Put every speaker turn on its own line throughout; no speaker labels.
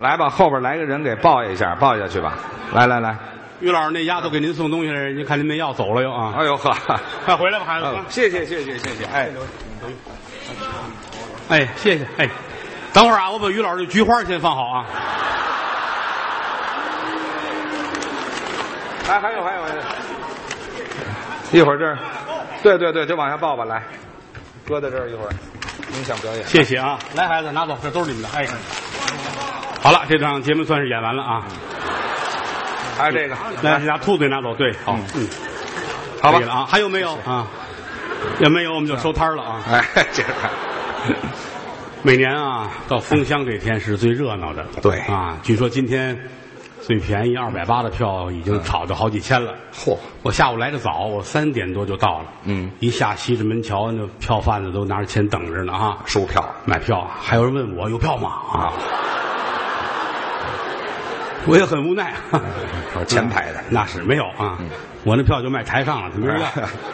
来吧，后边来个人给抱一下，抱下去吧。来来来，
于老师，那丫头给您送东西来，您看您没要走了又啊，
哎呦呵，
快回来吧，孩子。啊
嗯谢谢谢谢谢谢，哎，
哎，谢谢哎，等会儿啊，我把于老师的菊花先放好啊。
还还有还有，还有一会儿这儿，对对对，就往下抱吧，来，搁在这儿一会儿，影响表演。
谢谢啊，来孩子拿走，这都是你们的。哎，好了，这场节目算是演完了啊。
还有哎这个，
来，拿兔子拿走，对，好，嗯，
好吧
可以了啊，还有没有啊？也没有，我们就收摊儿了啊。
哎，这个
每年啊，到封箱这天是最热闹的。
对
啊，据说今天最便宜二百八的票已经炒到好几千了。
嚯，
我下午来的早，我三点多就到了。
嗯，
一下西直门桥，那票贩子都拿着钱等着呢啊，
收票
买票。还有人问我有票吗？啊，我也很无奈。啊
我 前排的 嗯
那是没有啊，我那票就卖台上了，没人要。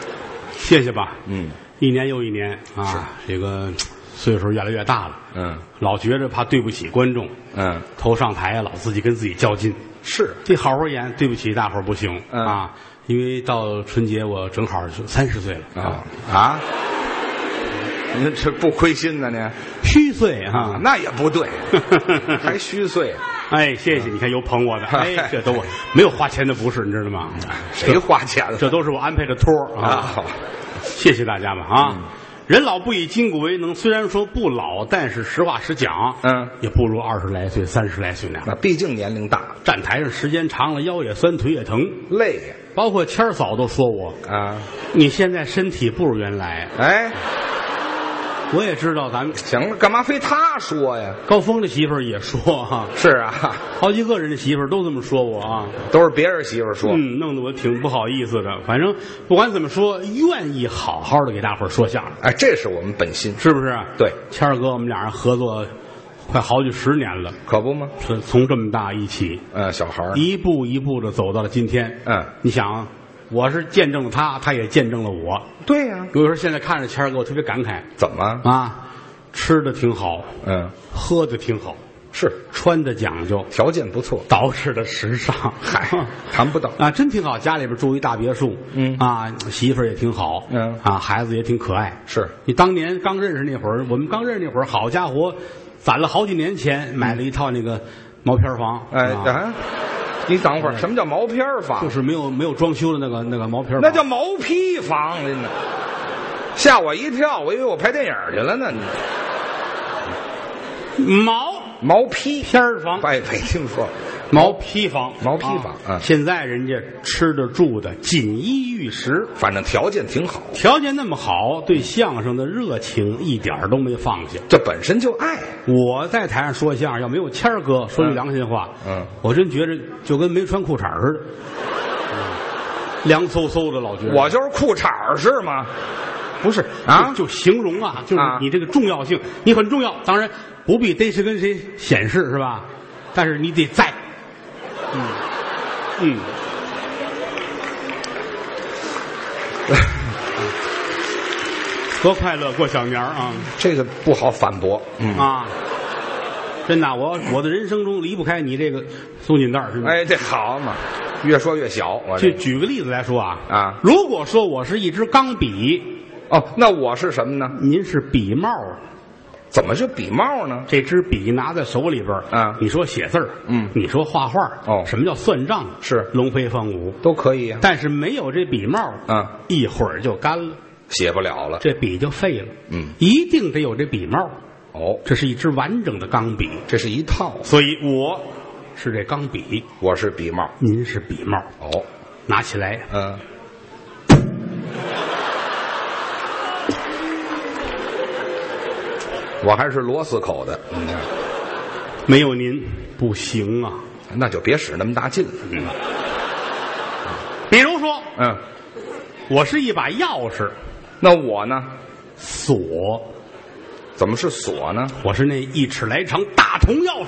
谢谢吧。
嗯，
一年又一年啊，这个岁数越来越大了。
嗯
老觉着怕对不起观众，
嗯
头上台啊，老自己跟自己较劲。
是
这好好演，对不起大伙儿不行、
嗯
啊！因为到春节我正好三十岁了，
啊啊，您这不亏心呢您？
虚岁啊。
那也不 对，还虚岁，
哎，谢谢，你看有捧我 的，哎，这都我没有花钱的不是，你知道吗？
谁花钱了
这都是我安排的托 儿啊！
啊？
谢谢大家们啊！
嗯
人老不以筋骨为能，虽然说不老，但是实话实讲，
嗯
也不如二十来岁、三十来岁那样。
那毕竟年龄大，
站台上时间长了，腰也酸，腿也疼。
累呀
包括谦儿嫂都说我，
啊！
你现在身体不如原来。
哎，
我也知道咱们
行了，干嘛非他说呀？
高峰的媳妇儿也说哈、
是啊，
好几个人的媳妇儿都这么说我啊，
都是别人媳妇儿说，
嗯，弄得我挺不好意思的。反正不管怎么说，愿意好好的给大伙儿说相声，
哎，这是我们本心，
是不是？
对，
谦儿哥，我们俩人合作快好几十年了，
可不吗？
从从这么大一起，
嗯，小孩儿，
一步一步的走到了今天。
嗯
你想，我是见证了他，他也见证了我。
对呀，
有时候现在看着谦儿哥，我特别感慨
怎么？
啊，吃的挺好，
嗯，
喝的挺好，
是
穿的讲究，
条件不错，
捯饬的时尚，
嗨，谈不到，
啊，真挺好。家里边住一大别墅，
嗯
啊，媳妇儿也挺好，
嗯
啊，孩子也挺可爱。
是
你当年刚认识那会儿，我们刚认识那会儿，好家伙，攒了好几年钱买了一套那个毛坯房，
哎
啊
啊，你等会儿，什么叫毛坯儿房
就？是没有没有装修的那个那个毛坯房，
那叫毛坯房，真的，吓我一跳，我以为我拍电影去了呢。你
毛
毛坯
坯儿房，
哎，没听说，
毛坯房，
毛坯房
啊
嗯
现在人家吃的住的锦衣玉食。
反正条件挺好，
条件那么好，对相声的热情一点儿都没放下。
这本身就爱，
我在台上说相声，要没有谦儿哥，说句
嗯
良心话，
嗯
我真觉着就跟没穿裤衩儿似的，凉飕飕的，老觉得
嗯我就是裤衩儿是吗？不是啊，
就就形容啊，就是
啊
你这个重要性，你很重要，当然不必逮谁跟谁显示是吧？但是你得在，嗯
嗯
嗯，多快乐过小年儿啊！
这个不好反驳，嗯，
啊，真的，我我的人生中离不开你这个松紧带儿，是吧？
哎，这好嘛，越说越小，我
就
这
举个例子来说啊，
啊
如果说我是一支钢笔，
哦，那我是什么呢？
您是笔帽，
怎么是笔帽呢？
这支笔拿在手里边儿
啊
你说写字儿，
嗯
你说画画儿
哦
什么叫算账？
是
龙飞凤舞，
都可以呀、
但是没有这笔帽，
啊，
一会儿就干了，
写不了了，
这笔就废了，
嗯，
一定得有这笔帽，
哦，
这是一支完整的钢笔，
这是一套，
所以我是这钢笔，
我是笔帽，
您是笔帽，
哦，
拿起来
嗯、我还是螺丝口的，嗯你看，
没有您不行啊。
那就别使那么大劲了。
比如说，
嗯，
我是一把钥匙
那我呢？
锁，
怎么是锁呢？
我是那一尺来长大铜钥匙，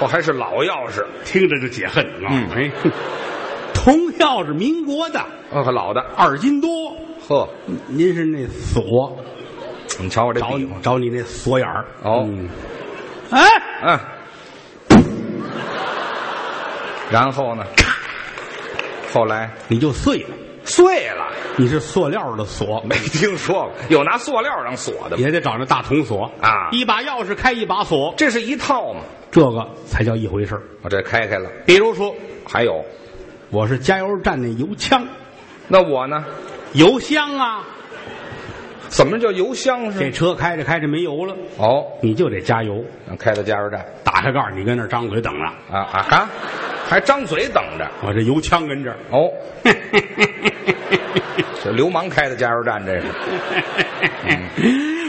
我哦还是老钥匙，
听着就解恨啊！
嗯
哎，哼铜钥匙，民国的
哦，老的。
二斤多。
呵，
您是那锁，
你瞧我这
找
笔
你
吗？
找你那锁眼儿
哎哦
嗯哎，
嗯，然后呢？后来
你就 碎了。
碎了，
你是塑料的锁，
没听说过，有拿塑料让锁的吗？
也得找那大铜锁
啊
一把钥匙开一把锁，
这是一套嘛。
这个才叫一回事儿
我这开开了，
比如说，
还有，
我是加油站那油枪，
那我呢？
油箱啊，
怎么叫油箱
这
是？
车开着开着没油了，
哦，
你就得加油，
开到加油站
打开盖儿，你跟那儿张嘴等着，
啊啊哈，还张嘴等着
我这油枪跟这儿，
哦。这流氓开的加油站，这是
嗯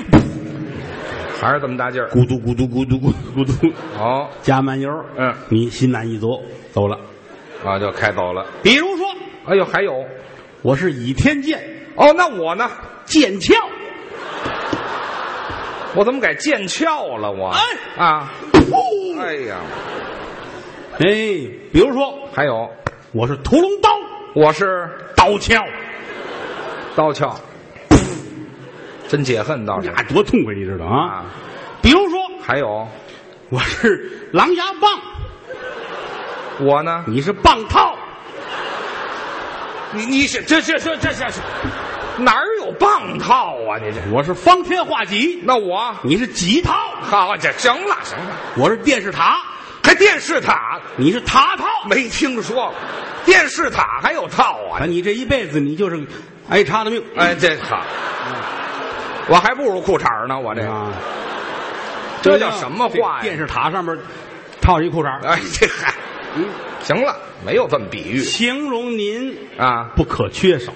还是这么大劲儿
咕嘟咕嘟咕嘟咕嘟咕嘟，
哦
加满油，
嗯，
你心满意足，走了。
啊，就开走了。
比如说，
哎呦，还有
我是倚天剑，
哦，那我呢？
剑鞘，
我怎么改剑鞘了？我
哎
啊，
噗
哎呀，
哎，比如说，
还有
我是屠龙刀，
我是
刀鞘，
刀鞘，真解恨倒是
那多痛快，你知道啊？
啊。
比如说，
还有
我是狼牙棒，
我呢？
你是棒套，
你你是这这这这这这哪儿有棒套啊？你这
我是方天画戟，
那我
你是戟套，
好这行了行了，
我是电视塔，
还电视塔
你是塔套。
没听说过，电视塔还有套啊？
反正你这一辈子你就是挨插的命。
哎，这好，我还不如裤衩呢，我这个
啊，
这叫什么话呀
电视塔上面套着一裤衩儿，
哎这嗨，
嗯
行了，没有这么比喻
形容您
啊，
不可缺少。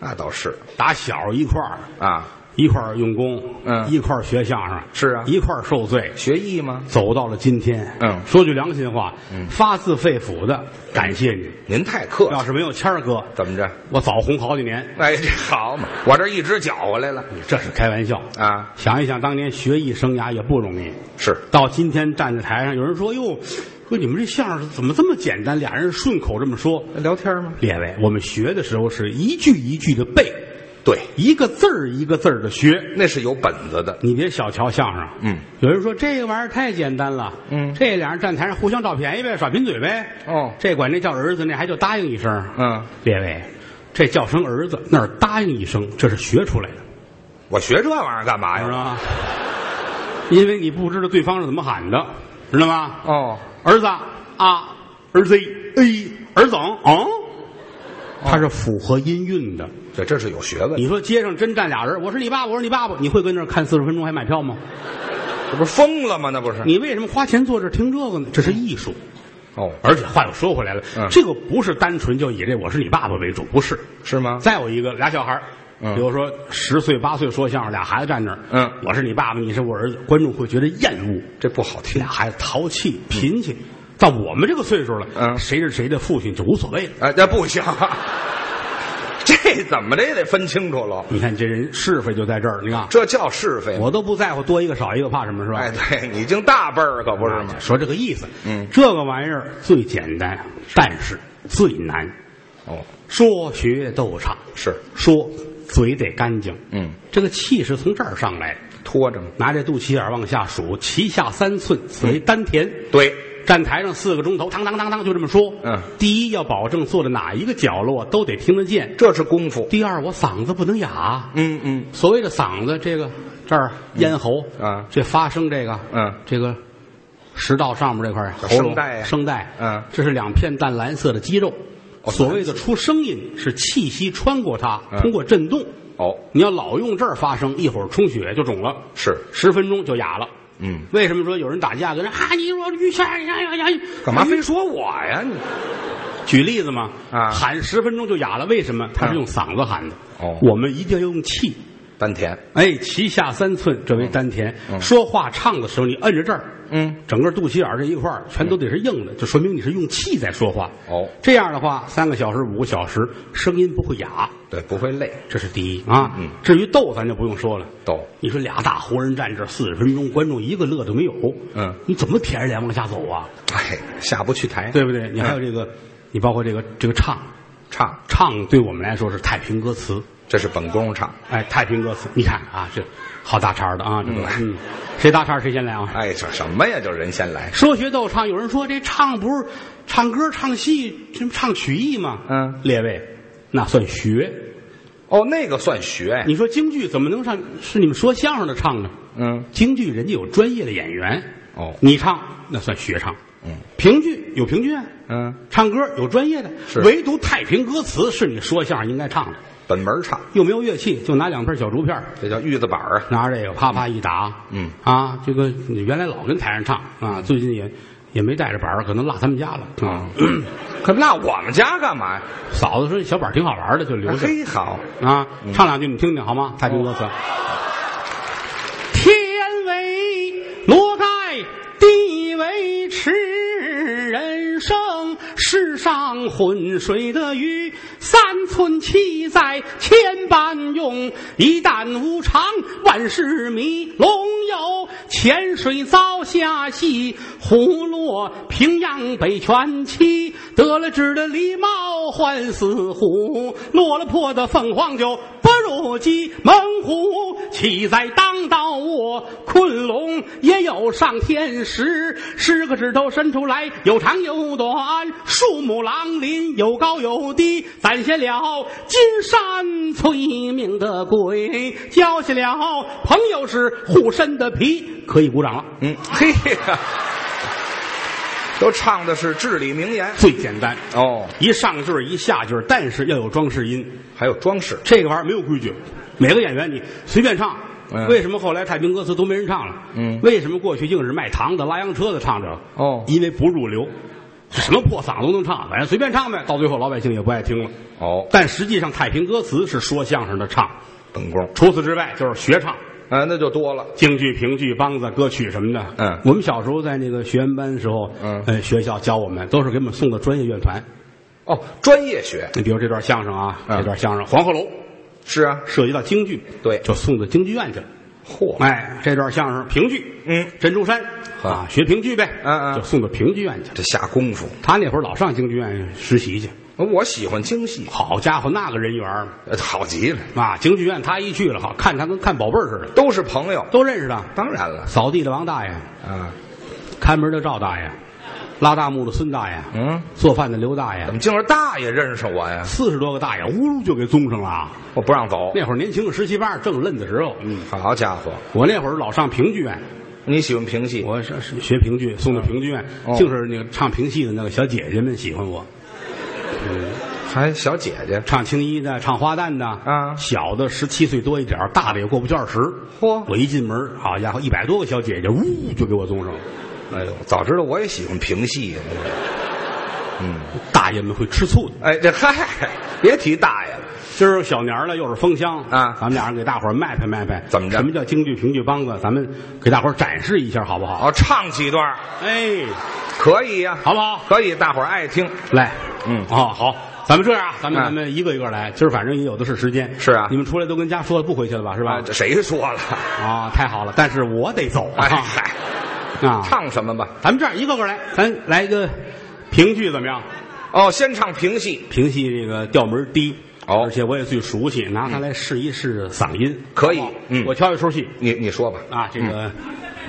那倒是
打小一块儿
啊，
一块儿用功，
嗯
一块儿学相声，
是啊
一块儿受罪，
学艺吗？
走到了今天。
嗯
说句良心话，发自肺腑的感谢你。
您太客
要
气，
是没有谦儿哥，
怎么着？
我早红好几年。
哎，这好嘛，我这一直搅和来了
这是开玩笑。
啊，
想一想，当年学艺生涯也不容易，
是
到今天站在台上，有人说：“哟，说你们这相声怎么这么简单？”俩人顺口这么说。
聊天吗？
列位，我们学的时候是一句一句的背，
对，
一个字儿一个字儿的学。
那是有本子的，
你别小瞧相声，
嗯，
有人说这个玩意儿太简单了，
嗯
这俩人站台上互相找便宜呗，耍贫嘴呗，
哦
这管这叫儿子，那还就答应一声，
嗯，
列位，这叫声儿子，那儿答应一声，这是学出来的，
我学这玩意儿干嘛
知
呀？
道吗？因为你不知道对方是怎么喊的，知道吗？
哦，
儿子啊，儿子哎，儿子嗯，他是符合音韵的。
这这是有学问，
你说街上真站俩人，我是你爸爸，我是你爸爸，你会跟那儿看四十分钟还买票吗？
这不是疯了吗？那不是
你为什么花钱坐这儿听这个呢？这是艺术。
哦，
而且话又说回来了，
嗯
这个不是单纯就以这我是你爸爸为主，不是。
是吗？
再有一个俩小孩儿
嗯
比如说十岁八岁说相声，俩孩子站那儿，
嗯
我是你爸爸，你是我儿子，观众会觉得厌恶，
这不好听
俩。孩子淘气贫气。到我们这个岁数了，
嗯
谁是谁的父亲就无所谓了。
哎，这不行，这怎么着也得分清楚喽。
你看这人是非就在这儿，你看
这叫是非吗。
我都不在乎多一个少一个，怕什么是吧？啊
哎，对你已经大辈儿可不是吗？
说这个意思。
嗯
这个玩意儿最简单，但是最难。
哦，
说学逗唱，
是，
说嘴得干净，
嗯，
这个气是从这儿上来的。
拖着嘛。
拿这肚脐眼儿往下数，脐下三寸，此
嗯
为丹田。
对，
站台上四个钟头，当当当当，就这么说。
嗯，
第一要保证坐在哪一个角落都得听得见。
这是功夫。
第二，我嗓子不能哑。啊
嗯嗯，
所谓的嗓子，这个这儿咽喉
啊
这发声这个
嗯
这个食道上面这块儿
叫
喉咙
声带啊
声带
嗯
这是两片淡蓝色的肌肉。
哦
所谓的出声音是气息穿过它，
嗯
通过震动。
哦，
你要老用这儿发声，一会儿充血就肿了，
是，
十分钟就哑了。
嗯，
为什么说有人打架跟人啊？你说于谦儿，呀呀呀，
干嘛
哎
非说我呀？你
举例子嘛，
啊
喊十分钟就哑了，为什么？他是
嗯
用嗓子喊的。
哦
我们一定要用气。
丹田，
哎，脐下三寸，这为丹田。说话唱的时候，你摁着这儿，
嗯，
整个肚脐眼儿这一块儿全都得是硬的，就说明你是用气在说话。
哦
这样的话，三个小时、五个小时，声音不会哑，
对，不会累，
这是第一啊。
嗯
至于逗，咱就不用说了。
逗，
你说俩大活人站这四十分钟，观众一个乐都没有，
嗯
你怎么舔着脸往下走啊？
哎，下不去台，
对不对？你还有这个，你包括这个这个唱，
唱，
唱对我们来说是太平歌词，
这是本工厂。
哎，太平歌词，你看啊，这好大茬的啊，这个嗯，谁搭茬谁先来啊？
哎，这什么呀？就人先来。
说学逗唱，有人说这唱不是唱歌唱戏，这不唱曲艺吗？
嗯，
列位，那算学。
哦，那个算学。
你说京剧怎么能上？是你们说相声的唱呢？
嗯，
京剧人家有专业的演员，
哦，
你唱那算学唱。
嗯，
评剧有评剧啊，
嗯，
唱歌有专业的，
是
唯独太平歌词是你说相声应该唱的，
本门唱，
又没有乐器，就拿两片小竹片儿
这叫玉子板儿啊。
拿着这个啪啪一打，
嗯
啊，这个你原来老跟台上唱啊，最近也也没带着板儿，可能落他们家了
哦嗯
啊。
可那我们家干嘛呀？
嫂子说小板儿挺好玩的，就留着
嘿，好，
啊，唱两句你听听好吗？太平歌词。天为罗盖，地为池，人生世上浑水的鱼，三寸七载千般用，一旦无常万事迷。龙游浅水遭下戏，虎落平阳北泉妻。得了志的狸猫换死虎，落了魄的凤凰就不入鸡。猛虎岂在当道卧？困龙也有上天时，十个指头伸出来，有长有短。树木狼林有高有低，攒下了金山催命的鬼，交下了朋友是护身的皮。可以鼓掌了，
嗯，嘿，都唱的是至理名言
最简单，
哦，
一上句儿一下句儿，但是要有装饰音。
还有装饰，
这个玩意儿没有规矩，每个演员你随便唱。
嗯
为什么后来太平歌词都没人唱了？
嗯
为什么过去硬是卖糖的、拉洋车的唱着？
哦
因为不入流，什么破嗓子都能唱，反正随便唱呗。到最后老百姓也不爱听了。
哦，
但实际上，太平歌词是说相声的唱，
本宫，
除此之外就是学唱，
啊，那就多了。
京剧、评剧、梆子、歌曲什么的。
嗯
我们小时候在那个学员班的时候，
嗯
呃，学校教我们都是给我们送到专业乐团。
哦，专业学
你比如这段相声啊，
嗯
这段相声《黄鹤楼》
是啊，
涉及到京剧，
对
就送到京剧院去了。
嚯，
哎，这段相声评剧，
嗯，
珍珠山
呵
啊，学评剧呗，
嗯嗯
就送到评剧院去。
这下功夫，
他那会儿老上京剧院实习去，
我喜欢京戏，
好家伙，那个人缘儿
呃好极了，
啊，京剧院他一去了，好看他跟看宝贝儿似的，
都是朋友。
都认识他。
当然了，
扫地的王大爷，
啊，
看门的赵大爷，拉大幕的孙大爷，
嗯，
做饭的刘大爷
怎，么竟是大爷认识我呀？
四十多个大爷，呜就给宗上了啊。
我不让走。
那会儿年轻，十七八正嫩的时候，嗯，
好家伙，
我那会儿老上评剧院，
你喜欢评戏？
我是是学评剧，送到评剧院，
哦
就是那个唱评戏的那个小姐姐们喜欢我，嗯
还小姐姐？
唱青衣的，唱花旦的，
啊
小的十七岁多一点儿，大的也过不去二十。
嚯
我一进门，好家伙，一百多个小姐姐，呜就给我送上了。
哎呦，早知道我也喜欢评戏呀。
大爷们会吃醋的。
哎，这嗨，别提大爷了。
今儿小年儿了，又是封箱
啊
咱们俩人给大伙儿卖拍卖拍，
怎么着
什么叫京剧、评剧、梆子？咱们给大伙儿展示一下，好不好？
哦，唱几段儿
哎，
可以呀，
好不好？
可以，大伙儿爱听。
来，
嗯
哦，好，咱们这样啊，咱们
嗯
咱们一个一个来。今儿反正也有的是时间，
是啊
你们出来都跟家说了，不回去了吧？是吧
啊，？这谁说了？
啊，太好了，但是我得走啊
哎嗨，
啊！
唱什么吧？
咱们这样一个个来，咱来一个评剧怎么样？
哦，先唱评戏，
评戏这个调门低，
哦
而且我也最熟悉，拿它来试一试嗓音。
可以
好不好
嗯
我挑一出戏
你你说吧。嗯
啊，这个，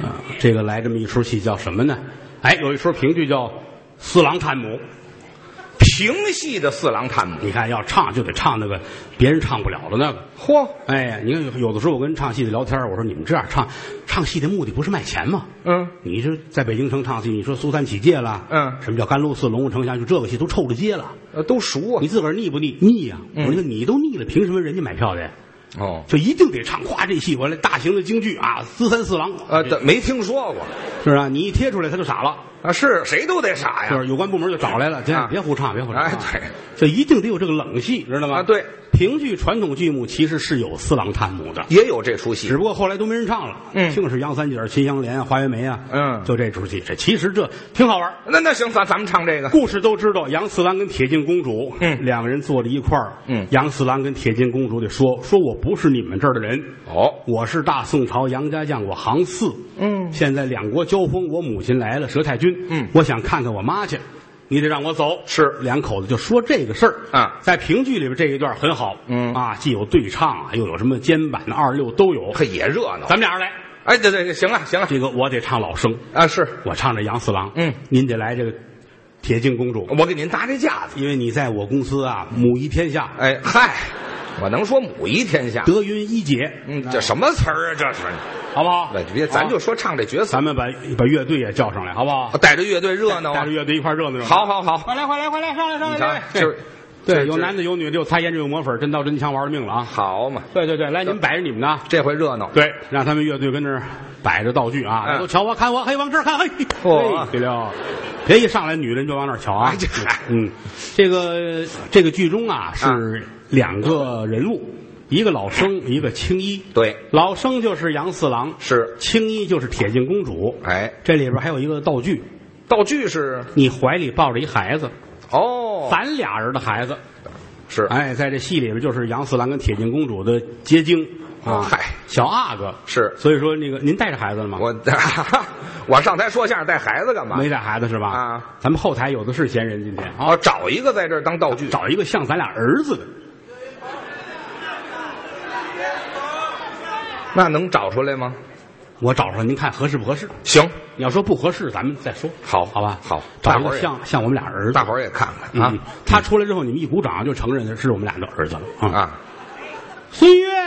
呃，这个来这么一出戏叫什么呢？哎，有一出评剧叫《四郎探母》，
评戏的四郎探母，
你看要唱就得唱那个别人唱不了的那个。
嚯，
哎呀，你看有有的时候我跟唱戏的聊天，我说你们这样唱，唱戏的目的不是卖钱吗？
嗯，
你这在北京城唱戏，你说苏三起解了，
嗯
什么叫甘露寺、龙虎城下，就这个戏都臭着街了。
呃都熟啊
你。自个儿腻不腻？腻呀、
嗯
我说你都腻了，凭什么人家买票去？
哦，
就一定得唱，夸这戏完了，大型的京剧啊，资三四郎，
呃，这没听说过
是啊，你一贴出来他就傻了，
啊，是谁都得傻
就
哎呀。
是有关部门就找来了，这
啊
别胡唱，别胡唱，
哎
啊
对，
就一定得有这个冷戏，知道吗？
啊对，
评剧传统剧目其实是有四郎探母的，
也有这出戏
只不过后来都没人唱了，
嗯
净是杨三姐、秦香莲啊、花月梅啊，
嗯
就这出戏，这其实这挺好玩儿。
那那行，咱咱们唱这个。
故事都知道，杨四郎跟铁镜公主，
嗯
两个人坐在一块儿，
嗯
杨四郎跟铁镜公主得说，说我不是你们这儿的人，
哦，
我是大宋朝杨家将，我行四，
嗯
现在两国交锋，我母亲来了，佘太君，
嗯
我想看看我妈去，你得让我走。
是
两口子就说这个事儿
啊
在评剧里边这一段很好，
嗯
啊，既有对唱啊，又有什么肩板的二六都有。
可也热闹
咱。们俩人来，
哎，对对对，行了行了
这个我得唱老生，
啊，是
我唱这杨四郎，
嗯，
您得来这个铁镜公主，
我给您搭这架子。
因为你在我公司啊母仪天下，
哎嗨，我能说母仪天下？
德云一姐，
嗯，这什么词儿啊？这是，
好不好
那？别，咱就说唱这角色，
咱们把把乐队也叫上来，好不好？
带着乐队热闹
哦带
啊
着！乐队一块儿热闹热闹。
好好好，
快来，快来，快来，上来，上
你
来，
瞧
上来，！
就是
对，
这
有
这
男的，有女的，有擦胭脂，有抹粉，真刀真枪，玩了命了啊！
好嘛，
对对对，来，您摆着你们的，
这回热闹。
对，让他们乐队跟这儿摆着道具啊，
嗯
都瞧我，看我，嘿，往这儿看，嘿，
嚯
嘿对了，别一上来女人就往那儿瞧啊
哎这嗨！嗯
嗯，这个这个剧中啊是两个人物，一个老生，一个青衣。
对，
老生就是杨四郎，
是
青衣就是铁镜公主。
哎，
这里边还有一个道具，
道具是
你怀里抱着一孩子，
哦，
咱俩人的孩子。
是
哎，在这戏里边就是杨四郎跟铁镜公主的结晶啊，
哦嗨，
小阿哥
是
所以说那个您带着孩子了吗？
我 我上台说相声带孩子干嘛？
没带孩子是吧？
啊，
咱们后台有的是闲人，今天啊，
哦，找一个在这儿当道具。
找一个像咱俩儿子的，
那能找出来吗？
我找上您看合适不合适？
行，
你要说不合适，咱们再说，
好
好吧？
好
找
大
一
伙儿
个
也
像像我们俩儿子
大伙儿也看看啊
嗯，他出来之后，你们一鼓掌就承认他是我们俩的儿子了啊！
啊！
孙越，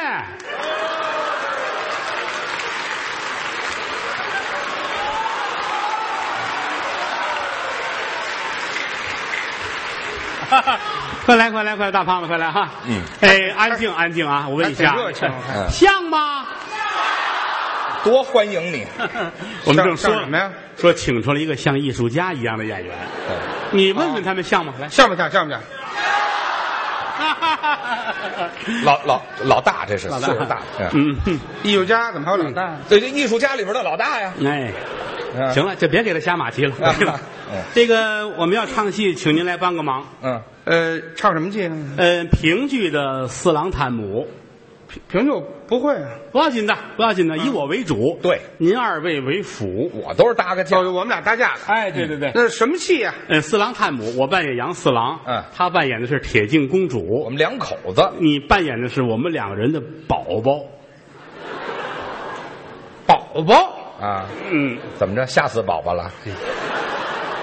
快来快来快来，大胖子快来哈！
嗯，
哎，安静安静啊！我问一下
还挺热情嗯，
像吗？
多欢迎 你！
我们正说
像什么呀？
说请出了一个像艺术家一样的演员，
对
你问问他们像吗？来，
像不像？像不像？老老老大，这是
老
啊岁
大
数大。嗯
嗯，哼
艺术家怎么还有老大？
这这艺术家里边的老大呀！
哎。
嗯
行了，就别给他瞎马蹄了。对了
嗯
这个我们要唱戏，请您来帮个忙。
嗯，
呃，唱什么戏呢？
呃，评剧的四郎探母
评剧我不会啊。
不要紧的，不要紧的，以我为主，
对，
您二位为辅。
我都是搭个架
哦，。我们俩搭架子。
哎，对对对，
那什么戏啊？
呃，四郎探母，我扮演杨四郎，
嗯
他扮演的是铁镜公
我
主，
们两口子
你扮演的是我们两个人的宝宝。
宝宝，
啊，
嗯，
怎么着吓死宝宝了？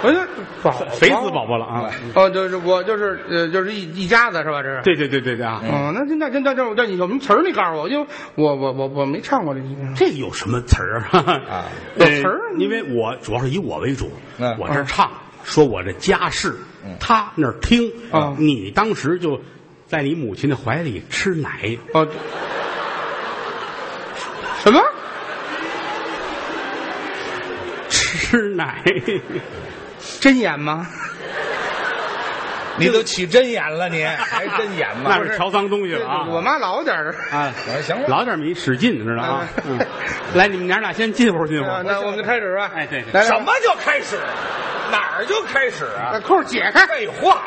我就宝宝
肥子宝宝了啊！
哦，就是我就是呃就是一一家子是吧？这是。
对对对对对啊！
哦，那那那那那那你有什么词儿？你告诉我，因为我我我我没唱过这戏。
这有什么词儿啊
啊？
呃
有词儿啊
因为我主要是以我为主，
嗯
我这儿唱说我的家事，他那儿听
啊
你当时就在你母亲的怀里吃奶，
哦，什么？
吃奶，
真演吗？
你都起真眼了，你还真眼吗？
那是瞧脏东西了啊！
我妈老点儿。
啊，
啊行了，
老点没使劲，知道吗？
哎
嗯来，你们娘俩先进乎进乎。
啊那我们就开始吧。
哎对对
来
什？
来
么就开始？哪儿就开始
把
啊？
扣解开，
废话，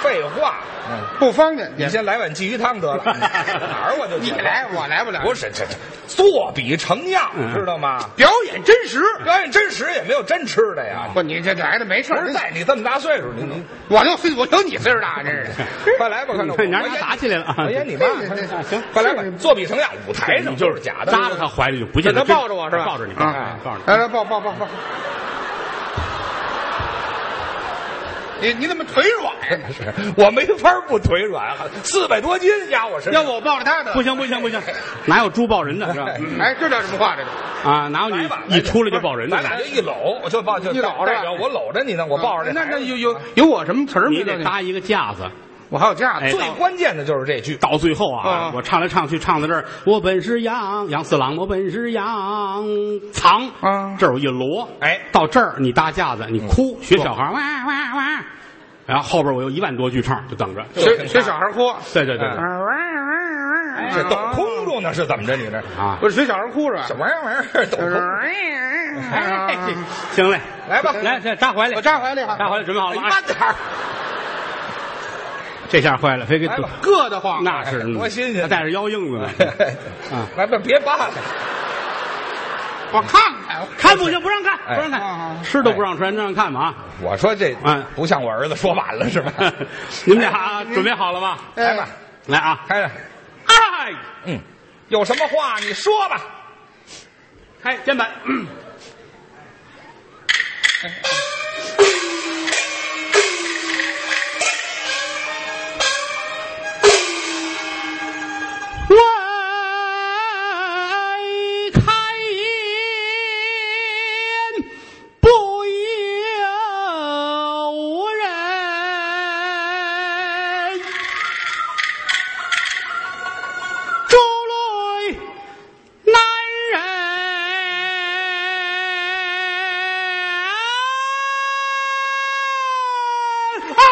废话，
嗯
不方便。
你先来碗鲫鱼汤得 了。哪儿我就
你
解了
来，我来不了。
不是这这作比成样，
嗯
知道吗？
表演真实。
表演真实也没有真吃的呀。
啊
嗯
不，你这来的没事
不
儿
是，在你这么大岁数，你你
我就岁我有你岁数大，这是。
快来吧，看看
你看娘俩打起来了啊！
我演你妈，
啊行，
快来吧！作比成样，舞台上就是假的，
扎到他怀里就不见
等他
得真
抱着我是吧？
抱着你，抱着
啊
你，抱着你。
来来抱抱抱抱。你你怎么腿软 呀？
是我没法不腿软，啊四百多斤压我身
要
上。
不我抱着他呢？
不行不行不行，哪有猪抱人的是吧？
哎，这叫什么话？这个
啊，哪有
来
你
吧，
一出来就抱人的
咱？俩就一搂，我就抱就
一搂是吧
代
啊
表我搂着你呢，我抱着这
那
孩子
那有有有我什么词儿
你
没
得
有？
搭一个架子，
我还有架
哎
子。
最关键的就是这句，
到最后啊
啊，
我唱来唱去唱到这儿，我本是羊，杨四郎，我本是羊，藏
啊
这儿有一摞，
哎
到这儿你搭架子，你哭，学小孩儿哇哇哇，然后后边我有一万多句唱，就等着。
学学小孩哭。
对对对
嗯
对，
哎
这抖空中呢是怎么着？你这
啊，
不是学小孩哭是吧哎
什？么玩意儿？抖空中。
哎， 行嘞，
来吧
来这扎怀里
我，扎怀里哈，
扎怀里准备好了啊，
慢点儿，
这下坏了，非给
来吧
硌得慌。
那是
多新鲜
他 带着腰硬子呢，啊
来吧，别扒了，
我看看，啊？
看不就不让看，不让
哎啊啊
看，吃都不让穿，让看嘛 啊！
我说这
嗯
不像我儿子说晚了是吧？
你们
哎
俩啊准备好了吗？
来吧，
来啊！
开着，
哎，
嗯，有什么话你说吧。
开肩膀。嗯未开言，不由人。竹垒难忍。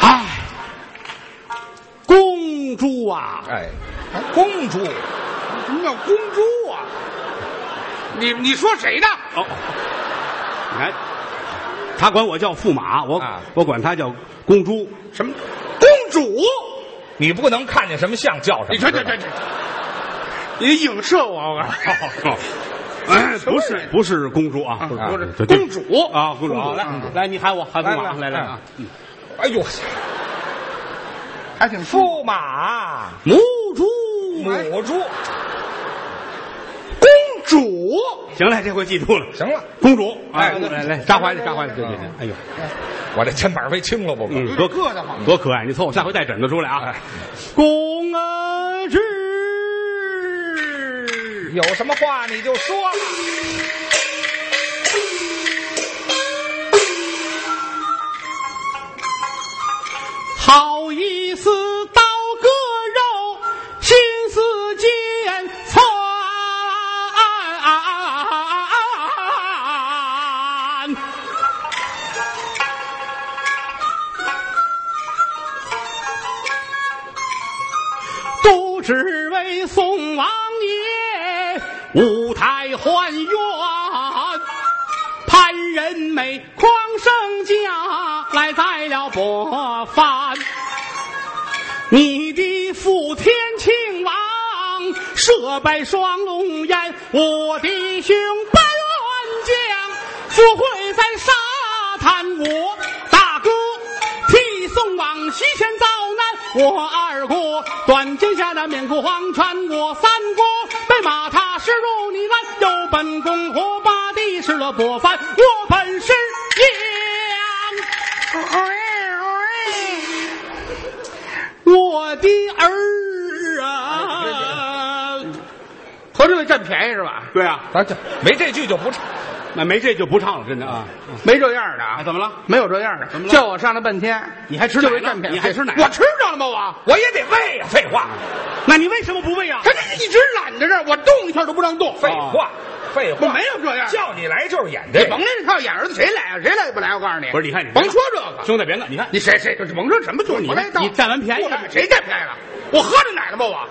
唉，哎公主啊，
哎，公主，
什么叫公猪啊？你你说谁呢？
哦，你看，哎他管我叫驸马，我、
啊
我管他叫公猪。
什么公主？
你不能看见什么像叫什么。
你说这这
知
这
道吗，
你影射我，我告诉你。
哎不是不是公主啊，
啊
不是
不是
对
公主
啊，公主
公主
好来
嗯
来，你喊我喊驸马，
来来
来来
嗯
啊，
哎呦，
还挺舒服。
驸马
母猪
母猪，
公主，
行了，这回记住了，
行了，
公主
哎
哎，公主来来，扎怀里扎怀里，对对对
嗯，
哎呦，
我这肩膀被轻了不？
嗯，
有
多
点硌得慌
多可爱！你凑合，下回带枕头出来啊
哎。
公啊之，
有什么话你就说吧。
好一丝刀割肉，心似剑窜。都只为宋王爷舞台还原，潘仁美匡圣驾来载了伯范，你的父天庆王设拜双龙宴，我的兄班元将赴会在沙滩，我大哥替宋王西迁遭难，我二哥短剑下的面顾黄泉，我三哥被马踏石入泥湾，有本宫和八弟是了伯范，我本是哎娘，我的儿啊！
合着为占便宜是吧？
对啊，
咱这没这句就不唱。
那没这就不唱了，真的啊！
没这样的啊
啊，？怎么了？
没有这样的，叫我上来半天，
你还吃
就
奶
为
呢
占便宜，
你还吃奶
我吃着了吗？我
我也得喂呀，废话，
那你为什么不喂啊
他？这一直懒着这儿，我动一下都不让动，哦
废话，
哦
废
我
话，
没有这样。
叫你来就是演这
甭
个
来。这套，演儿子谁来啊？谁来也不来？我告诉你，
哎不是你看你
甭说这个，
兄弟，别闹！你看
你谁谁甭说什么东
不是
西，
你
我来一道
你占完便宜了
我看看谁占便宜了？我喝着奶了吗？我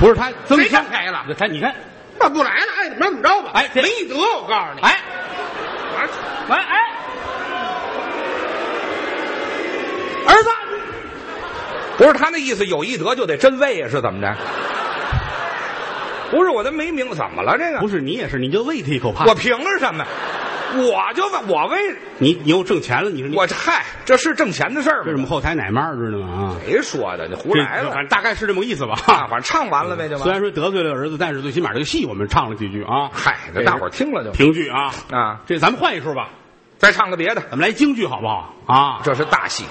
不是他增
谁
加
占便宜了？
他你看，
那不来了，爱怎么着怎么着吧。
哎这
没得，我告诉你，
哎
我说
喂哎，儿子，
不是他那意思，有一德就得真喂呀，啊是怎么着？不是我这没明白怎么了这个
不，是你也是，你就喂他一口怕
我凭什么？我就问我为
你你又挣钱了，你说你
我这嗨，这是挣钱的事儿
这是我们
吗？
后台奶妈知道吗？啊，
谁说的？你胡
这
来
反
了
正大概是这么个意思吧。
啊！反正唱完了呗，就
虽
完。
然说得罪了儿子，但是最起码这个戏我们唱了几句啊，
嗨，这大伙儿听了就
评剧啊。
啊，
这咱们换一出吧，
再唱个别的，
咱们来京剧好不好啊？
这是大戏。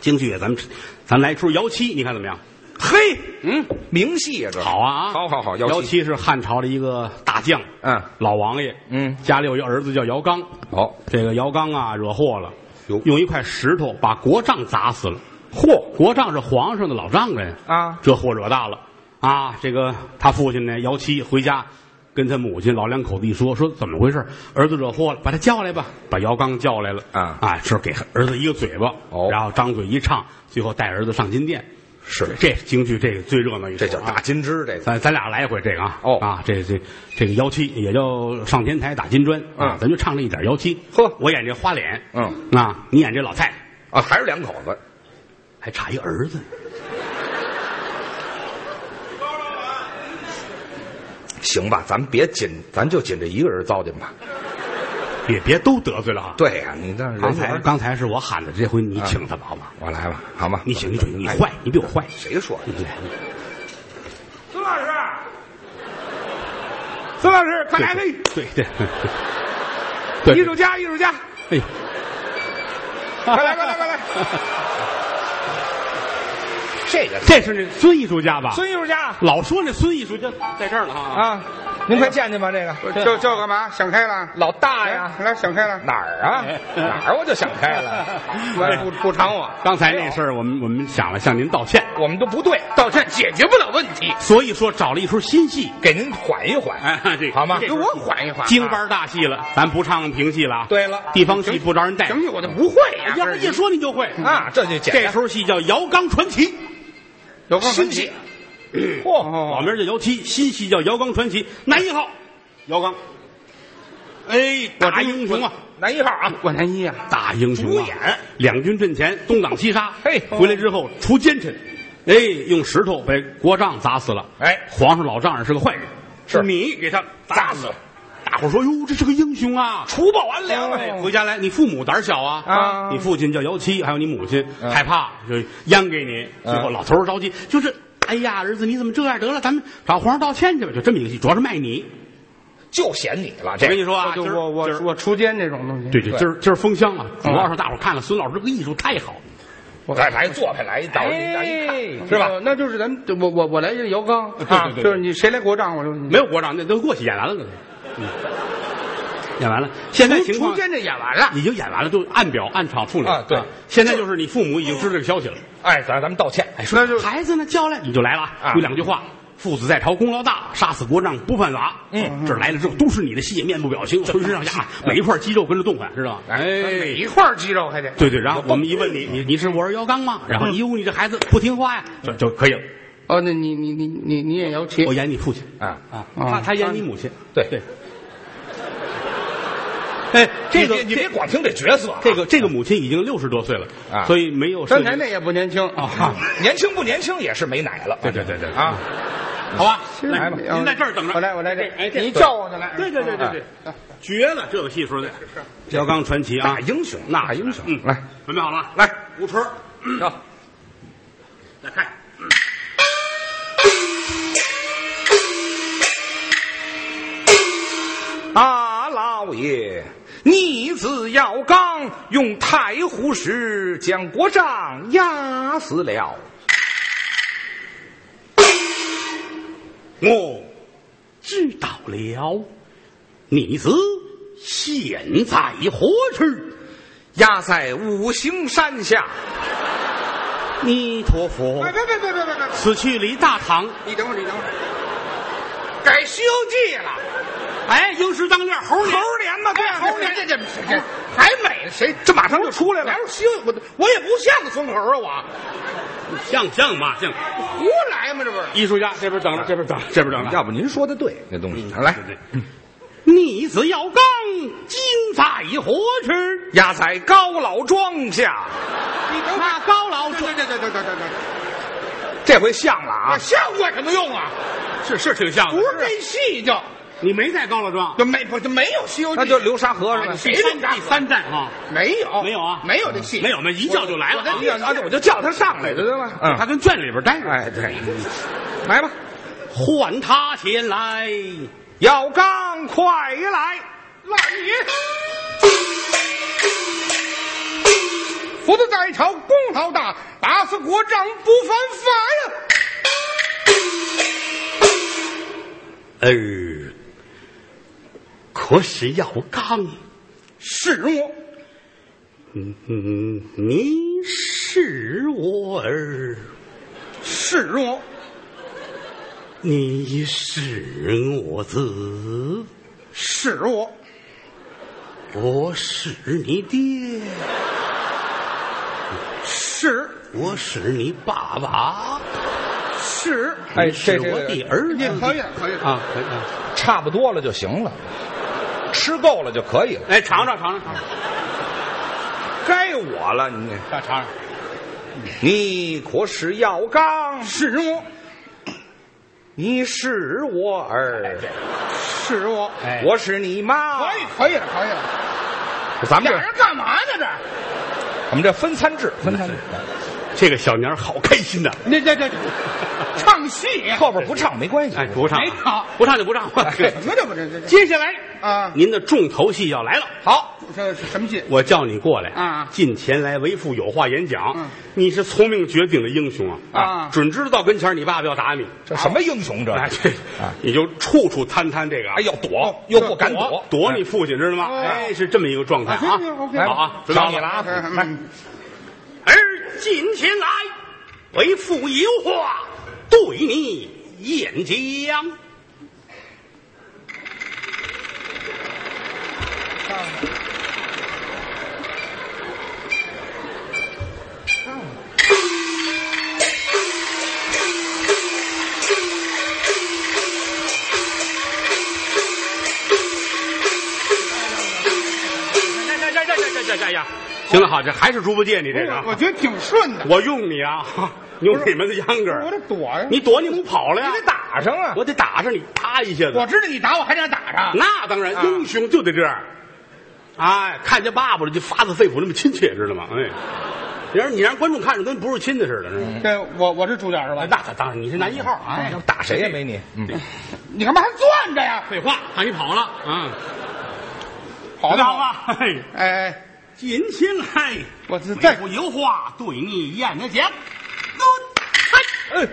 京剧咱们咱们来一出姚七，你看怎么样？
嘿，
嗯，
名戏呀，这
好啊，
好好好，
姚
姚七，
七是汉朝的一个大将，
嗯，哦
老王爷，
嗯
家里有一儿子叫姚刚，
好，
这个姚刚啊惹祸了
哟，
用一块石头把国丈砸死了。嚯，国丈是皇上的老丈人
啊
这祸惹大了啊！这个他父亲呢，姚七回家跟他母亲老两口子一说，说怎么回事？儿子惹祸了，把他叫来吧，把姚刚叫来了
啊
啊，是给儿子一个嘴巴，
哦
然后张嘴一唱，最后带儿子上金殿。
是
这京剧这个最热闹一出
这
啊，
叫大金枝，这个
咱咱俩来一回这个啊，
哦
啊，这这这个幺七也叫上天台打金砖啊
嗯，
咱就唱了一点幺七。
呵
我演这花脸，
嗯
啊，你演这老太，
啊，还是两口子。
还差一儿子。
行吧，咱别紧，咱就紧这一个人糟践吧。
也别都得罪了啊。
对呀、你那人
刚才
缘
刚才是我喊的，这回
嗯
你请他吧，好吗？
我来吧，好吗？哎
你请你请，你坏，你比我坏。
谁说的？
对
孙老师，啊孙老师，快来！嘿，
对对，对
艺术家，艺术家，
哎，
快来，快来，快来！
这个
这是那孙艺术家吧？
孙艺术家
老说那孙艺术家在这儿呢啊，
啊，您快见见吧，这个这这干嘛？想开了？
老大
来，
哎
来，想开了。
哪儿啊？哪儿我就想开 了，
来
哎
补补偿我，
刚才那事儿我们我们想了向您道歉，
我们都不对，
道歉解决不了问题，
所以说找了一出新戏，
给您缓一缓，
哎，这
好吗？
给我缓一缓。
京班大戏了，咱不唱评戏了啊。
对了
地方戏不着人带。
整体我就不会呀。
要不一说您就会。
啊，这就简
这
单。
出戏叫《姚刚传奇》，
有空哦
新
奇
戏，嚯，
老名叫姚七，新戏叫《姚刚传奇》，男一号姚刚。哎，大英雄啊，
男一号啊，
我男一啊，
大英雄啊！
主演
两军阵前东挡西杀，
嘿
回来之后除奸臣，哎，用石头把国丈砸死了。
哎
皇上老丈人是个坏人，
是
你给他
砸
死
死
了
了。
大伙儿说：“哟，这是个英雄啊！”
除暴安良啊，
哦
这个
哎回家来，你父母胆儿小啊，
啊
你父亲叫姚七，还有你母亲、
嗯
害怕，就央给你。
嗯
最后老头儿着急，就是哎呀，儿子你怎么这样？得了，咱们找皇上道歉去吧。就这么一个戏，主要是卖你。
就显你了，
我
这个
跟你说啊，
就
今儿
我
今儿
我我出监这种东西。
对对，
对
今儿今儿封箱啊，主
嗯
要是大伙儿看了孙老师这个艺术太好了。
我
来
哎
来坐下来，一倒一倒一看，是吧？
呃？那就是咱们我我我来一个姚刚
对
啊，
对对
就是你谁来国账我就
没有国长，那都过去演完了都。嗯，演完了，现在情况
出监这演完了，
已经演完了，就按表按场处理
啊对
现在就是你父母已经知道这个消息了，
哎，咱咱们道歉，
哎，说
那就
孩子呢叫来，你就来了啊
啊
有两句话。父子在朝功劳大，杀死国丈不犯法。
嗯，
这儿来了之后都是你的戏，面部表情，浑身上 下每一块肌肉跟着动唤，知道吗？
哎
哎
每一块肌肉还得
对对，然后我们一问你，你你是我儿姚刚
嗯
吗？然后哟，你这孩子不听话呀，就就可以了。
哦，那你你你你你也姚七
我，演你父亲
啊，
啊，
啊
他他演你母亲，
嗯对
对。哎，这个
你别你别光听这角色啊，
这个这个母亲已经六十多岁了
啊
所以没有涉
刚
及
才那也不年轻
啊，
年轻不年轻也是没奶了，
对对对对
啊，
好吧，来
来吧
您在这儿等着，
我来我来这
哎，
你叫我就来啊
对对对对对，绝了，这个戏说的，姚刚传奇啊
大，英雄，
那
大英雄，
嗯，
来
准备好了，
来
吴春儿，
啊，
来看，
啊，老爷，逆子要刚，用太湖石将国丈压死了。
我
哦
知道了，你子现在何处？
压在五行山下，
弥陀佛
别，别别别别别别，
此去离大唐，
你等会儿你等会儿，改《西游记》了，
哎，应时当令猴年。
猴年嘛，对啊，猴
猴
年
年这这这还美谁？这马上就出来了，哪有西游我我也不像孙猴啊，我
像像嘛像，
胡来嘛这不是。
艺术家这边等着，这边等着，这边等着。
要不您说的对，那东西来
对，逆子要刚，今在何处？
压在高老庄下，
你等
那高老
对对对对对对对，
这回像了
啊，
啊！
像我什么用啊？
是是挺像的
不是这戏就
你没在高老庄，
就没不就没有《西游记》，
那就流沙河是吧？
谁这么大
第三站啊？
没有嗯
没有啊
没有这戏，
没有，那一叫就来了啊。
我跟你
啊，我就叫他上来得了。
他
嗯，
跟圈里边待着，
哎，对，来吧，
唤他前来。
要刚快来！
老爷。佛祖在朝功劳大，打死国丈不犯
儿，
法呀！
哎可是要刚，
是我，
嗯嗯，你是我儿，
是我，
你是我子。
是我，
我是你爹，
是
我是你爸爸，
是，
哎
你是
这这
我的儿子。
可以可以
啊，可以啊！
差不多了就行了，吃够了就可以了。
哎，尝尝尝尝尝尝
该我了，你
尝尝，
你可是要刚，
是我，
你是我儿，
是我，
哎，
我是你妈。
可以，可以了，可以了。
咱们
俩
这
人干嘛呢？这，
我们这分餐制，分餐制。
这个小娘好开心呐！
那这这唱戏，
后边不唱没关系。
哎，不唱
没唱，
不唱就不唱。
什么这不这这这
接下来，
啊？
您的重头戏要来了。
好，这是什么戏？
我叫你过来
啊
近前来为父有话演讲。
嗯
你是聪明绝顶的英雄啊！
啊
准知道跟前儿你爸爸要打你，
这什么英雄这？
哎，这你就处处摊摊这个啊，
哎，要躲又不敢
躲
躲，
躲你父亲知道吗？
哦
哎，是这么一个状态啊
啊行行。，OK
好啊，知道
找你了啊
嗯
儿近前来，为父有话对你演讲。呀呀呀呀呀呀呀呀！行了，好，这还是猪八戒，你这个
我我觉得挺顺的，
我用你啊， 用你们的秧歌
我
儿
这，躲呀。
你躲你不跑了呀？
你得打上啊！
我得打上你，啪一下
我
子。
知道你打我还想打他，
那当
啊
然，英雄就得这样。哎，看见爸爸了就发自肺腑那么亲切，知道吗？哎，你让你让观众看着跟不是亲的似的，是吧？
嗯这我我是主角是吧
哎？那当然，你是男一号啊！哎
要打嗯谁也没你。嗯，
你干嘛还攥着呀？
废话，怕你跑了啊！
好的
好？
啊
吧，嘿
哎，
锦心来，
我这
再
再
不有话对你演的讲。
哎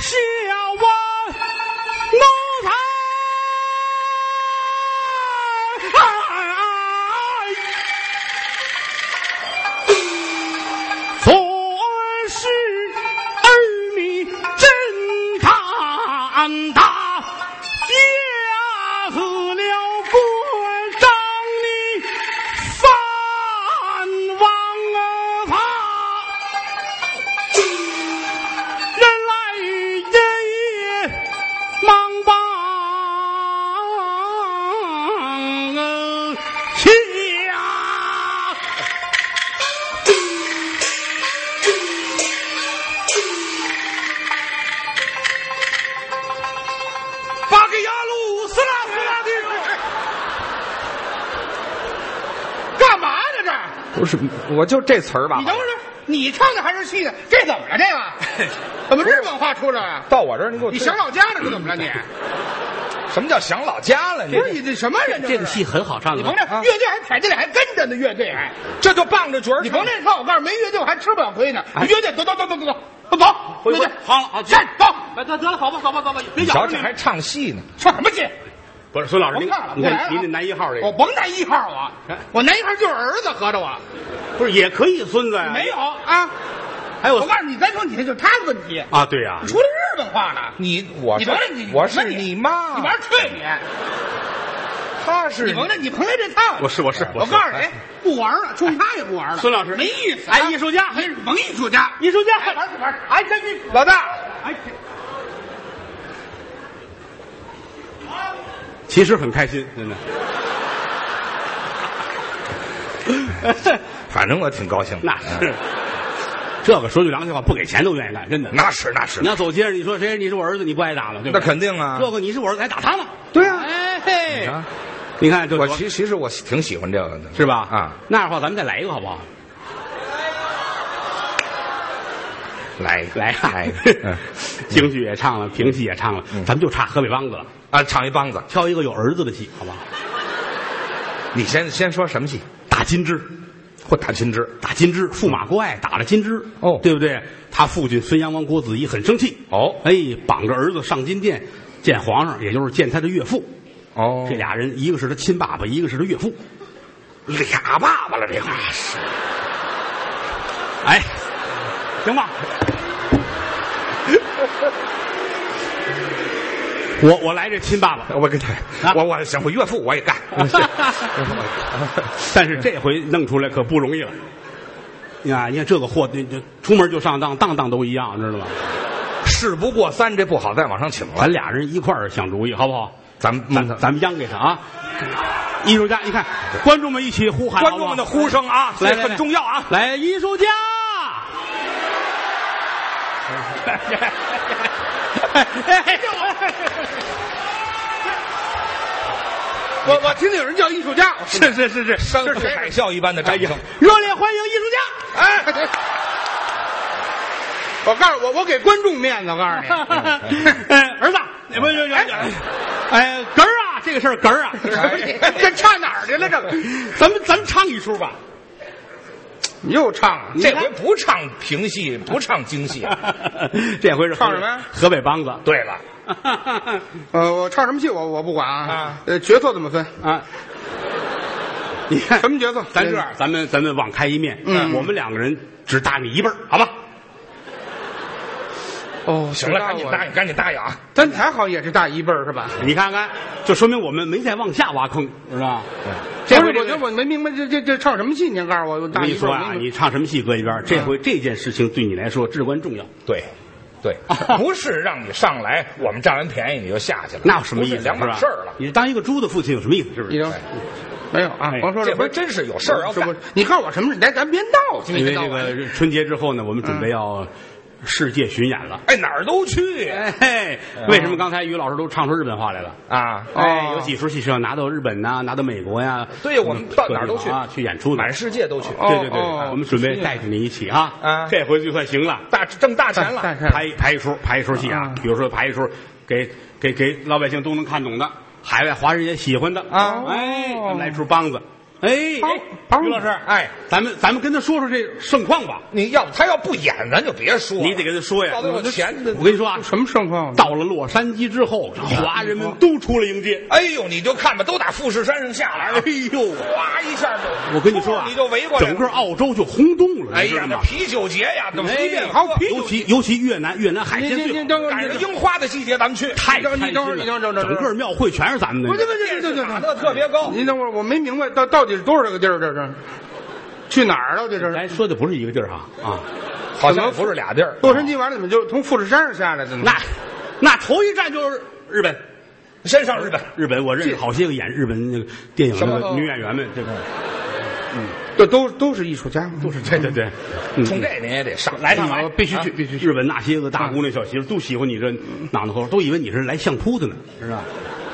小王奴才。哎昨是儿女真胆大，压死了郭彰你犯王法。人来人也忙帮下，
八个牙路死啦死啦的。
干嘛呢？这
不是，我就这词儿吧
你等会儿，你唱的还是戏的？这怎么了？这个怎么日本话出来啊？
到我这儿你给我
你
听，
想老家呢？是怎么了你？
什么叫想老家了？你
不是你这什么人？
这
是
个戏，很好唱
你
的
甭。这
啊
乐队还踩地里还跟着呢，乐队还
这就傍着角儿
你
唱
甭这唱，我告诉你，没乐队我还吃不了亏呢。乐队走走走走走走走，
哎回
乐队
好了，好，
站走，
哎，得得了，好吧，好吧，好吧，别
你
咬
瞧
着
这
你
还唱戏呢，
唱什么戏？
不是孙老师，
甭
您
看了，
你
不来了
看您这男一号这
我
个，
甭拿一号啊
哎，
我拿一号就是儿子，合着我
不是也可以孙子呀？
没有，
哎
啊。
还
我
有
告诉你，咱说你这就是他的问题，
啊，对呀
你，出了日本话了。
你我
你
是
甭着你，
我
你
是
甭着
你妈，
你玩退你，
他是
啊你甭着你甭来这套。
我是我是
我哎
是
告诉你，不玩了，冲他也不玩了。
孙老师
没意思啊，
哎艺术家
没甭艺术家，
艺术家，
哎玩去玩去。
哎，这你
老大，
哎，其实很开心，真的。
反正我挺高兴的，嗯
那是，这个说句良心话，不给钱都愿意干，真的。
那是那是
你，要走街上，你说谁？你是我儿子，你不挨打了，对吧？
那肯定啊
这。个你是我儿子，还打他呢？
对啊
哎嘿，
啊
你看这
我
多
其其实我挺喜欢这个的，
是吧？
啊，
那样的话咱们再来一个好不好？
来一个
来
来
啊
一个嗯，
京剧也唱了，评戏也唱了，咱们就差河北梆子了，
啊，唱一梆子。
挑一个有儿子的戏，好不好？
你先先说什么戏？
打金枝，
或打金枝？
打金枝，驸马郭爱打了金枝，
哦
对不对？他父亲孙阳王郭子仪很生气，
哦
哎，绑着儿子上金殿见皇上，也就是见他的岳父。
哦
这俩人，一个是他亲爸爸，一个是他岳父，
俩爸爸了，这个是
哎，行吧。 我我来这亲爸爸，
我跟他，
啊
我我想我岳父我也干。
但是这回弄出来可不容易了。呀，你看这个货，你就出门就上当，当当都一样，知道吗？
事不过三，这不好再往上请了。
咱俩人一块儿想主意，好不好？
咱们
咱咱们央给他啊！艺术家，你看，观众们一起呼喊，
观众们的
好不好
呼声啊，
来
这很重要啊！
来，艺术家。
我我听见有人叫艺术家，我
是是是是，山
这
呼
是谁
海啸一般的掌
哎
声。
热烈欢迎艺术
哎， 我告诉我，我给观众面子，我告诉 你，嗯
家！哎，儿子，你们就哎，哎，哏儿啊，这个事儿哏儿啊，
哎这差哪儿去了？这个
咱们咱们唱一出吧。
你又唱了，
这回不唱评戏，不唱京戏。
这回是河
唱什么呀
河北 梆子。
对了，
呃，我唱什么戏我我不管啊
啊，
呃，角色怎么分？
啊，你看
什么角色？呃
咱这样，咱们咱们网开一面，
嗯
我们两个人只大你一辈儿，好吧？
哦，
行了，赶紧答应，赶紧答应啊！
咱才好也是大一辈儿是吧？
你看看，就说明我们没在往下挖坑，是吧？
这
嗯
回
不是
我觉得我没明白这这这唱什么戏？您告诉我，我
我
大
跟
一
你
辈
说
儿
啊，
没嗯
你唱什么戏搁一边儿，这回这件事情对你来说至关重要。
对，对，
啊
不是让你上来，我们占完便宜你就下去了，
那有什么意
不是
思？
两
是
码
吧
事儿了。
你当一个猪的父亲有什么意思？是不
你
是？
都没有啊
哎？
甭说
这
回
回真是有事儿要
是
干
不。是？你告诉我什么事？咱咱别闹，今
因为
天到嗯
这
晚
个春节之后呢，我们准备要世界巡演了。
嗯
哎，哪儿都去
哎，嘿为什么刚才于老师都唱出日本话来了？
啊！
哎，
哦
有几出戏是要拿到日本呐、拿到美国呀、
对我们到哪儿都去
啊，去演出呢
满世界都去，
哦
对对对，
哦
我们准备带着你一起啊，
啊
这回就算行了，
大挣大钱
但
了。
是
排排一出排一出戏啊
啊，
比如说排一出给给给老百姓都能看懂的，海外华人也喜欢的
啊
哎，咱
哦
们来出梆子，哎，
梆
哎于老师，
哎，
咱们咱们跟他说说这盛况吧，
你要他要不演，咱就别说了。
你得跟他说呀
到，最后钱的
我跟你说啊，
什么盛况？
到了洛杉矶之后，华人们都出来迎接，
哎呦，你就看吧，都打富士山上下来
哎
了，
呦。
哗一下就，
我跟你说啊，
你就围过来了
整个澳洲就轰动了，
哎
你知
呀
道，
那
吗？
啤酒节呀，那
哎
随便
好啤
尤其尤其越南，越南海
你
鲜
你
最
你
好
等会
赶
儿，
上
你等会儿
樱花的季节，咱们去。
太开
你
心
等会儿
了。
你等会儿你等会儿
整个庙会全是咱们
不
的。
对
电
对
视
对
打
对
的
对，
特别高，
你等会儿，我没明白到到底是多少个地儿？这是去哪儿了？这是
咱说的不是一个地儿哈啊，
好像不是俩地儿。啊
洛杉矶完了，怎么就从富士山上下来的呢？
那那头一站就是日本，
先上日本，
日本我认识好些个演日本那个电影
什么
的女演员们，这个
这都都是艺术家，哦都是
对对对，嗯
冲这您也得上。
来
上
上来必须去，必须去！日本那些个大姑娘小媳妇都喜欢你这脑袋后，都以为你是来相扑的呢，是吧？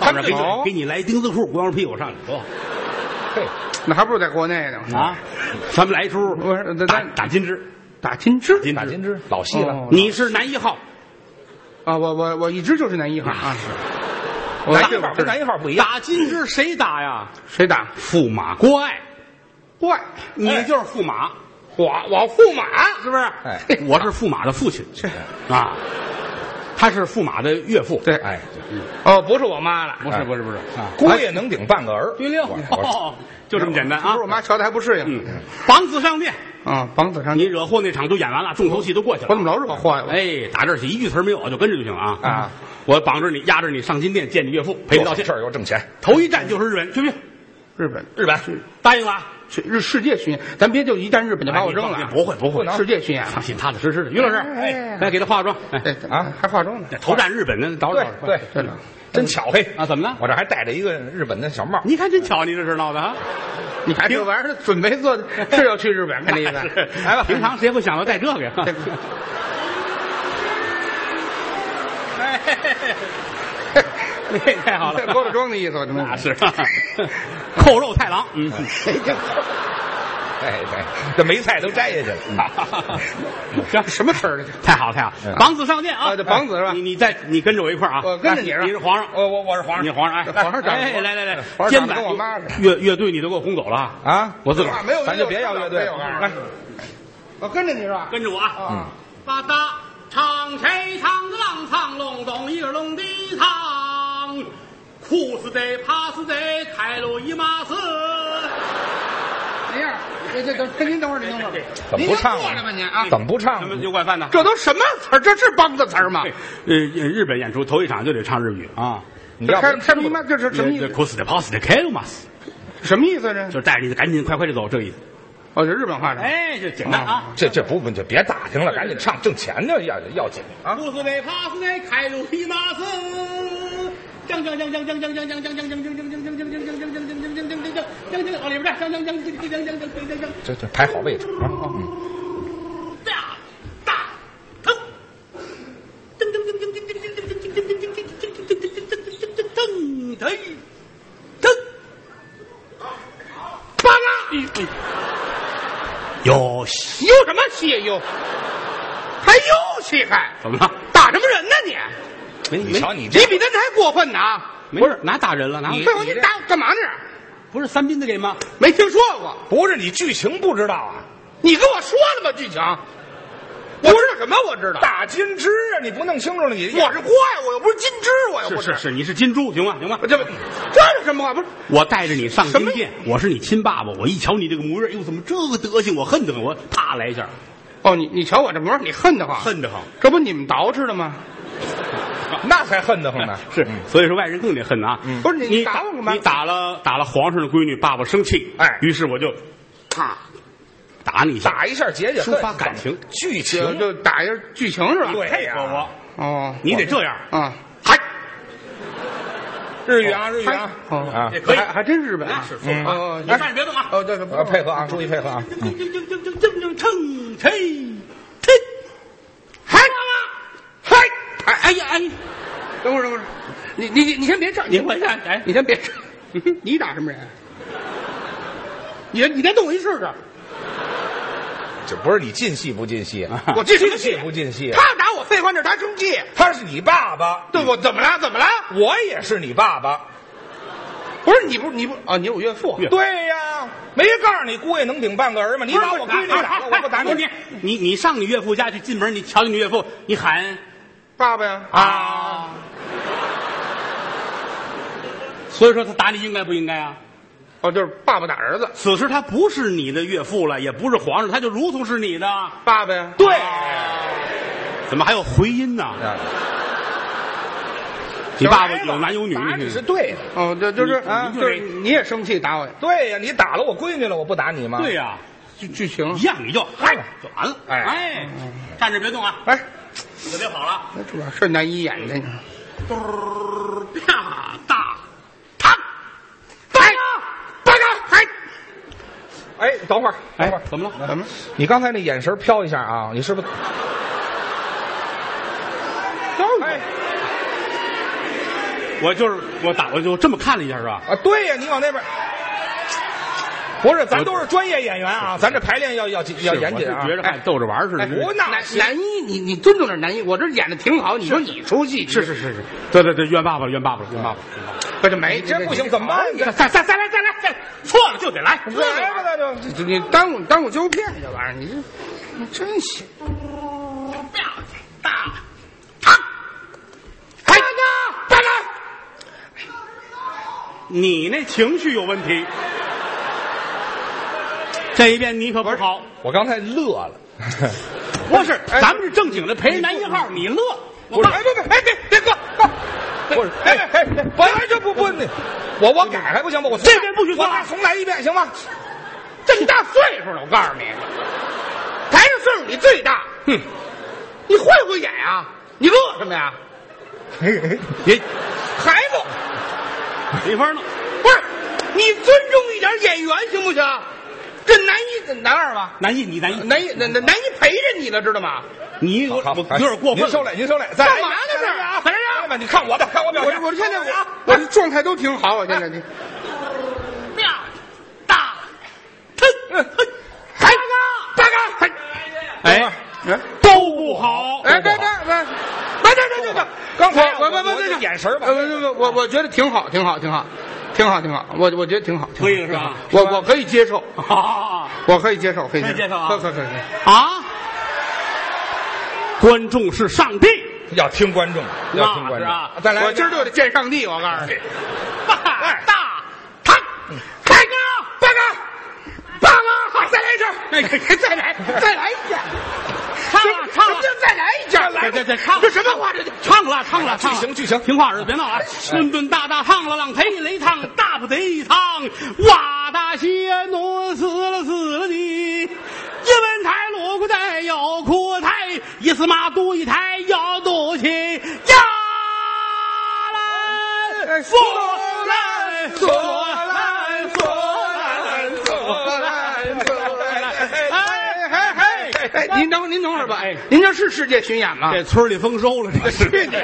他们
给你
好
给你来钉子裤，光着屁股上去，多好
嘿
那还不如在国内呢。
啊！咱们来一出
不是
打
咱咱
打金枝，
打金枝
金
打
枝
金枝老戏了
哦，
你是男一号，
啊，我我我一直就是男一号啊。我
男一
这
号
会
跟
儿
男一号不一样。
嗯打金枝谁打呀？
谁打？
驸马郭爱，
怪
你就是驸马，
我我驸马
是不是？
哎
我是驸马的父亲，啊，他是驸马的岳父，
对
哎，
哦，不是我妈了，
不
哎
是不是不是啊，
姑爷能顶半个儿。
对六
我，我
哦就这么简单
不
啊
是。我妈瞧的还不适
嗯
应，
绑子上殿，
啊。绑子上
你，惹祸那场都演完了，重头戏都过去
我怎
了。
么老惹祸呀？
哎，打这儿起一句词儿没有，就跟着就行了啊！
啊，
我绑着你，压着你上金殿见你岳父，赔礼道
这
歉
事。儿又挣钱，
头一站就是日本，去不去？
日本
日本答应了啊？
去日世界巡演，咱别就一旦日本就把我扔了
哎你
啊。
不会不会，啊
世界巡演，
放心，踏踏实实的。于老师，哎，来给他化个妆，哎，
哎啊，还化妆呢。
头战日本呢，倒
对
着倒着
对，
对了，
真巧嘿！
啊，怎么了？
我这还戴着一个日本的小帽，
你看真巧，你这事闹的啊！
你看这玩意儿准备 做的是要去日本看的意思
是。来吧，平常谁会想到带这个呀？哎那太好了，
郭德庄的意 思，我听
那是啊扣肉太郎，嗯，
哎对，这梅菜都摘下去了。
行，
什么词儿？
太好了太好了，绑子上殿啊
啊这，绑子是吧
你你在你跟着我一块儿啊，
我跟着你是吧
你是皇上，
我我我是皇
你
上
是皇上，哎，
皇上长得
哎，来来来
皇，上
肩
长得
膀
跟我妈似的
乐乐队你都给我轰走了啊！
啊！
我自个儿
没有，
咱就别要乐队
没有
了
啊
来，
我跟着你是吧？
跟着我啊。
嗯
啊，
吧嗒，唱谁唱个浪唱隆咚一个隆的唱，哭死得怕死得开路一马死。
这样，这这等跟您等会儿，您等会儿，
怎么不唱
您先坐着吧您啊
怎么不唱
咱
呢
们？就怪饭呢。
这都什么词儿？这是梆子词儿吗
对？呃，日本演出头一场就得唱日语啊。
你
这
要
开
不
开什么？这是什么意
这
思？
哭死得跑死得开路马死，
什么意思这？
就带着你赶紧快快的走，这个意思。
哦，这日本话的。
哎，就简
单啊。
这这不不就别打听了，赶紧唱，挣钱就要要紧啊！
哭死得怕死得开路一马死。将将将将将将将将将将将将将将将将将将将将将将将将将将往里边站，将将将将将将将将将。
这这排好位置啊，嗯，
大大腾，噔噔噔噔噔噔噔噔噔噔噔噔噔噔噔噔噔噔噔噔噔噔，
巴拉，
有戏
你有什么气有？哎还有气还？
怎么了？
打什么人呢你？
没
你
没
瞧你这
你比他这还过分呢啊！
不是哪打人了？哪
你
废话，你打干嘛呢？
不是三斌子给吗？
没听说过，
不是你剧情不知道啊？
你跟我说了吗？剧情，我知道什么？我知道，
大金枝啊，你不弄清楚了你
我是锅呀，我又不是金枝，我又
是
不
是是，你是金猪，行吗？行吗
我？这不这是什么话？不是
我带着你上
什
金
么
殿，我是你亲爸爸。我一瞧你这个模样，哎呦，怎么这个德行？我恨得很，我啪来一下，
哦，你你瞧我这模样，你恨得慌，
恨得很。
这不你们捯饬的吗？
那才恨得慌 呢。
是，所以说外人更得恨啊！
不是你
你
打我干嘛
你打了打了皇上的闺女，爸爸生气，
哎
于是我就
啊，
打你一下，
打一下解解
抒发感情。
剧情
就就打一下剧情是吧？
对呀、
我我，
哦，
你得这样，
啊，
嗨，
日语啊日语啊
哦
啊
也可以
还还真是呗。
是是
嗯
哦，
你
哎
站着别动啊！
哦，对对，不
啊，配合啊，注意配合啊。
铿铿铿铿铿铿铿铿，嘿，
嗨，嗨，
哎哎呀哎呀，
等会儿等会儿，你你你你先别站，
你我站哎
你先别站，你打什么人？啊你先你再动我一啊试试，
这不是你进戏不进戏 啊？
我这生
进戏
气
不进戏？啊
他打我废话，那是他生气。
他是你爸爸，
对我怎么了？怎么了？
我也是你爸 爸。
不是你不你不啊？你有岳父？
岳
对呀、没人告诉你姑爷能顶半个儿吗？你把我闺女打了，我不打
你
你。
你你上你岳父家去，进门你瞧见你岳父，你喊
爸爸呀？
啊。所以说他打你应该不应该啊？
哦，就是爸爸打儿子，
此时他不是你的岳父了，也不是皇上，他就如同是你的。
爸爸呀？
对，
怎么还有回音呢？
啊
你爸爸
来吧
有男有女，
打你是对的。
哦，对，就是
你
啊，
你就
就是
这
你也生气打我呀？
对呀、你打了我闺女了，我不打你吗？
对呀，
剧剧情
一样你就嗨就完了。
哎
哎，站着别动啊，
哎，
可别跑了。
那主要是难以演的呢。
嘟儿啪大，烫，
大哥，大哥，哎，
哎，等会儿，等会儿，
怎么了？
怎么？
你刚才那眼神飘一下啊，你是不是？哎
我就是我打我就这么看了一下是吧？
啊，对呀、你往那边。不是，咱都是专业演员啊，咱这排练要要要严谨啊
是我是觉。得
哎
还逗着玩儿似的。
哎不闹
男
心
男一，你你尊重点男一，我这演的挺好，你说你出戏
是是是是，对对对，怨爸爸了，怨爸爸了，怨爸爸了。怨爸爸了
可就没
你这不行，啊怎么办？你
再再再来再来再来，错了就得来。
这来吧，那就
这这你耽误耽误胶片这玩意儿，你这你真行。
啪大，
大哥，啊哎大哥，
你那情绪有问题。这一遍你可不好，
我刚才乐了，
不是，
哎
咱们是正经的陪人男一号，你乐，
不是，哎，别别，哎，别别哥，哥，不是， 哎哎，本来这不不， 你我我改还不行吗？我
这边不许
我
说
俩重来一遍行吗？
这么大岁数了，我告诉你，台上岁数你最大，
嗯
哼，你会不会演啊？你乐什么呀？
哎
也
还不
没法弄。
不是，你尊重一点演员行不行？这男一男二吧，
男一，你男一，
男一男男男一陪着你呢，知道吗？
你我
好
我有点过分
您收
了。
敛，您收敛，再来一遍
干嘛呢这
再来一遍啊
来呀
来吧，你看我的，看我表
我
情
这，我现在
啊
我我这状态都挺好，我现在这。
啪大，腾，
大哥，大哥，嘿
哎，
哎
都不好。
哎，这这这，别这这这这，
刚才
我
我
我
我
我
这眼神吧
我我我我觉得挺好，挺好，挺好，挺好，挺好，我我觉得挺好，挺好
可以了是吧？
我我可以接受，
啊
我可以接受，可以
可以接受啊
可可可可。
啊！观众是上帝，
要听观众，要听
那
观
是啊
众，再来，
我今儿就得见上帝，我告诉你。
大大
他，大哥，大哥，大哥，再来一
哎
阵，再来，再来一下。
唱了唱了，
再来一下，来，
这这唱
这什么话？这这
唱了唱了唱了，
剧情剧情
听话儿子别闹啊！顿顿大大烫了浪，赔雷烫，大不得烫，瓦大些挪死了死了你。一文台锣鼓带有哭台，一司马肚一抬要肚脐呀来，
哎
索来索来索来。
哎，您等您等会儿吧，哎，您这是世界巡演吗？
这村里丰收了，这
去
是。
你的！